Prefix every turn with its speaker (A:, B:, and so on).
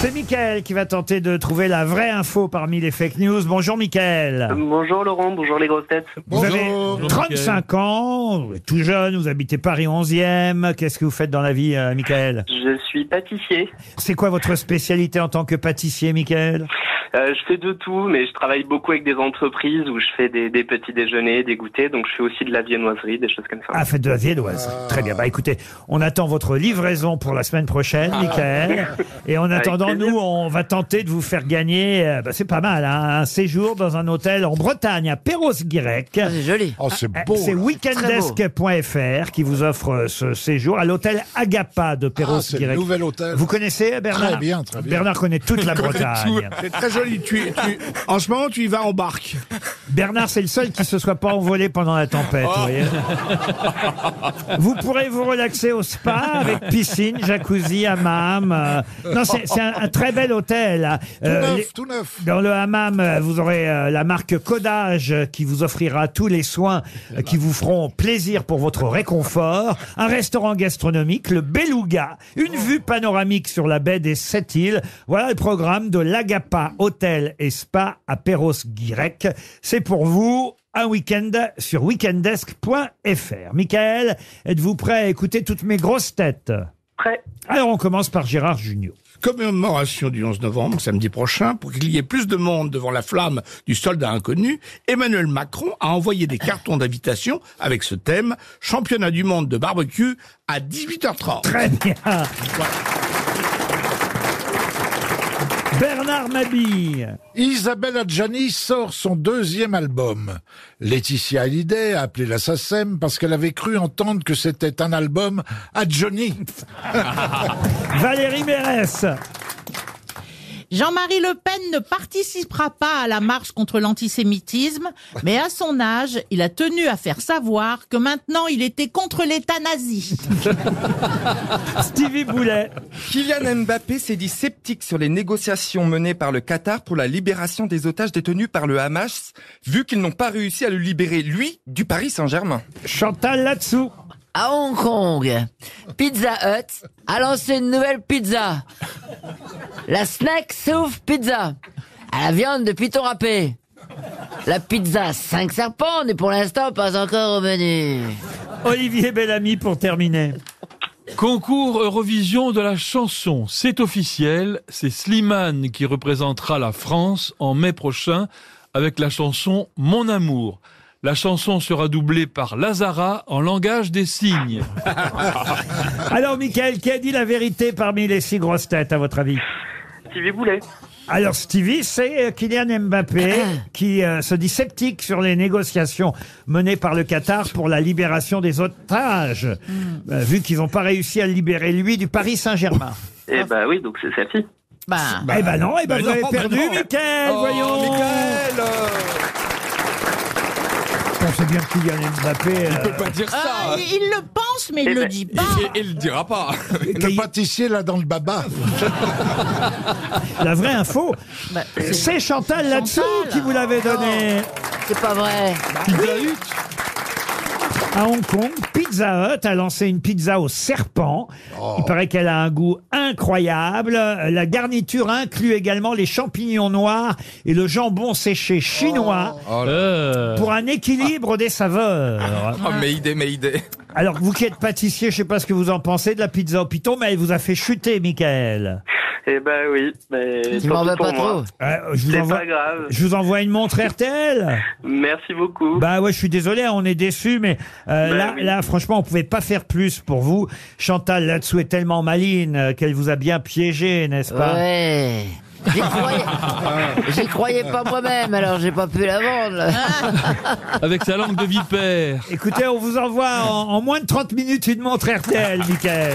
A: C'est Mickaël qui va tenter de trouver la vraie info parmi les fake news. Bonjour
B: Ah.
A: Mickaël.
C: Bonjour Laurent, bonjour les grosses têtes.
A: Vous avez 35 ans, vous êtes tout jeune, vous habitez Paris 11e. Qu'est-ce que vous faites dans la vie, euh, Mickaël
C: Je suis pâtissier.
A: C'est quoi votre spécialité en tant que pâtissier, Mickaël
C: Euh, je fais de tout, mais je travaille beaucoup avec des entreprises où je fais des, des petits déjeuners, des goûters, donc je fais aussi de la viennoiserie, des choses comme ça.
A: Ah, faites de la viennoise. Très bien. Bah écoutez, on attend votre livraison pour la semaine prochaine, Michael. Et en attendant,
C: Ah. plaisir.
A: nous, on va tenter de vous faire gagner, euh, bah, c'est pas mal, hein, un séjour dans un hôtel en Bretagne, à Perros-Guirec.
B: Ah, C'est joli.
D: Oh, c'est
E: eh,
A: Euh,
D: beau.
A: C'est
D: là.
A: weekendesk.fr qui vous offre euh, ce séjour à l'hôtel
D: Ah,
A: Agapa de
D: c'est le
A: Perros-Guirec.
D: nouvel hôtel.
A: vous connaissez Bernard
D: Très bien, très bien.
A: Bernard connaît toute la
E: tout.
A: Bretagne.
E: C'est très joli. Tu, tu- En ce moment, tu y vas en barque.
A: Bernard, c'est le seul qui se soit pas envolé pendant la tempête.
D: Oh.
A: Vous, voyez. vous pourrez vous relaxer au spa avec piscine, jacuzzi, hammam. euh, Non, c'est c'est un, un très bel hôtel. hein.
D: Tout
A: Euh,
D: neuf,
A: les-
D: tout neuf.
A: Dans le hammam, euh, vous aurez euh, la marque Codage euh, qui vous offrira tous les soins euh, qui vous feront plaisir pour votre réconfort. Un restaurant gastronomique, le Beluga. Une vue panoramique sur la baie des Sept îles. Voilà le programme de l'Agapa Hôtel et Spa à Perros-Guirec. C'est pour vous un week-end sur weekendesk.fr. Michael, êtes-vous prêt à écouter toutes mes grosses têtes
C: Prêt
A: Alors on commence par Gérard Junior.
E: Commémoration du 11 novembre, samedi prochain, pour qu'il y ait plus de monde devant la flamme du soldat inconnu, Emmanuel Macron a envoyé des cartons d'invitation avec ce thème « Championnat du monde de barbecue à 18h30 ».
A: Très bien. Bernard Mabille.
D: Isabelle Adjani sort son deuxième album. Laetitia Hallyday a appelé la SACEM parce qu'elle avait cru entendre que c'était un album Adjani.
A: Valérie Mérès.
F: Jean-Marie Le Pen ne participera pas à la marche contre l'antisémitisme, mais à son âge, il a tenu à faire savoir que maintenant il était contre l'État nazi.
A: Stevie Boulet.
G: Kylian Mbappé s'est dit sceptique sur les négociations menées par le Qatar pour la libération des otages détenus par le Hamas, vu qu'ils n'ont pas réussi à le libérer, lui, du Paris Saint-Germain.
A: Chantal Latsou.
B: À Hong Kong, Pizza Hut a lancé une nouvelle pizza. La snack sauf pizza. À la viande de python râpé. La pizza 5 serpents n'est pour l'instant pas encore au menu.
A: Olivier Bellamy pour terminer.
H: Concours Eurovision de la chanson, c'est officiel, c'est Slimane qui représentera la France en mai prochain avec la chanson Mon amour. La chanson sera doublée par Lazara en langage des signes.
A: Alors, Michael, qui a dit la vérité parmi les six grosses têtes, à votre avis
C: Sylvie Boulet.
A: Alors, Stevie, c'est euh, Kylian Mbappé qui euh, se dit sceptique sur les négociations menées par le Qatar pour la libération des otages,
E: Hmm.
A: euh, vu qu'ils n'ont pas réussi à le libérer, lui, du Paris Saint-Germain.
B: Ah.
C: Eh bah oui, donc c'est celle-ci.
F: Bah,
A: eh ben non, eh ben
E: bah
A: vous
E: non,
A: avez
E: bah
A: perdu,
E: non.
A: Mickaël, voyons Je pensais bien que Kylian Mbappé... euh,
G: pas dire
F: euh, il il le pense, mais il
C: Eh
F: le
C: ben,
F: dit pas.
G: il le dira pas.
D: Le pâtissier là dans le baba.
A: La vraie info,
F: Bah, c'est-
A: c'est Chantal là-dessous
F: Chantal. Ah Bah,
A: qui vous l'avait donné
B: C'est pas vrai.
A: à Hong Kong. Pizza Hut a lancé une pizza au serpent.
F: Oh.
A: Il paraît qu'elle a un goût incroyable. Euh, La garniture inclut également les champignons noirs et le jambon séché chinois
F: Oh.
H: Euh,
A: pour un équilibre des
F: Ah.
A: saveurs.
G: Oh, mais idée, mais idée.
A: Alors vous qui êtes pâtissier, je sais pas ce que vous en pensez de la pizza au piton, mais elle vous a fait chuter, Michael.
C: Eh bah oui, mais
B: Tu
C: tant
B: m'en
C: pis
B: veux
C: pour
B: pas
C: moi.
B: trop.
A: Euh, je vous
C: C'est
A: envoie-
C: pas grave.
A: je vous envoie une montre RTL.
C: Merci beaucoup.
A: Bah ouais, je suis désolé, on est déçu, mais euh,
C: Bah
A: là,
C: oui.
A: là, franchement, on pouvait pas faire plus pour vous. Chantal là-dessous est tellement maline euh, qu'elle vous a bien piégé, n'est-ce pas
B: Ouais. J'y croyais, j'y croyais pas moi-même, alors j'ai pas pu la vendre.
H: avec sa langue de vipère.
A: Écoutez, on vous envoie en, en moins de 30 minutes une montre RTL, Michael.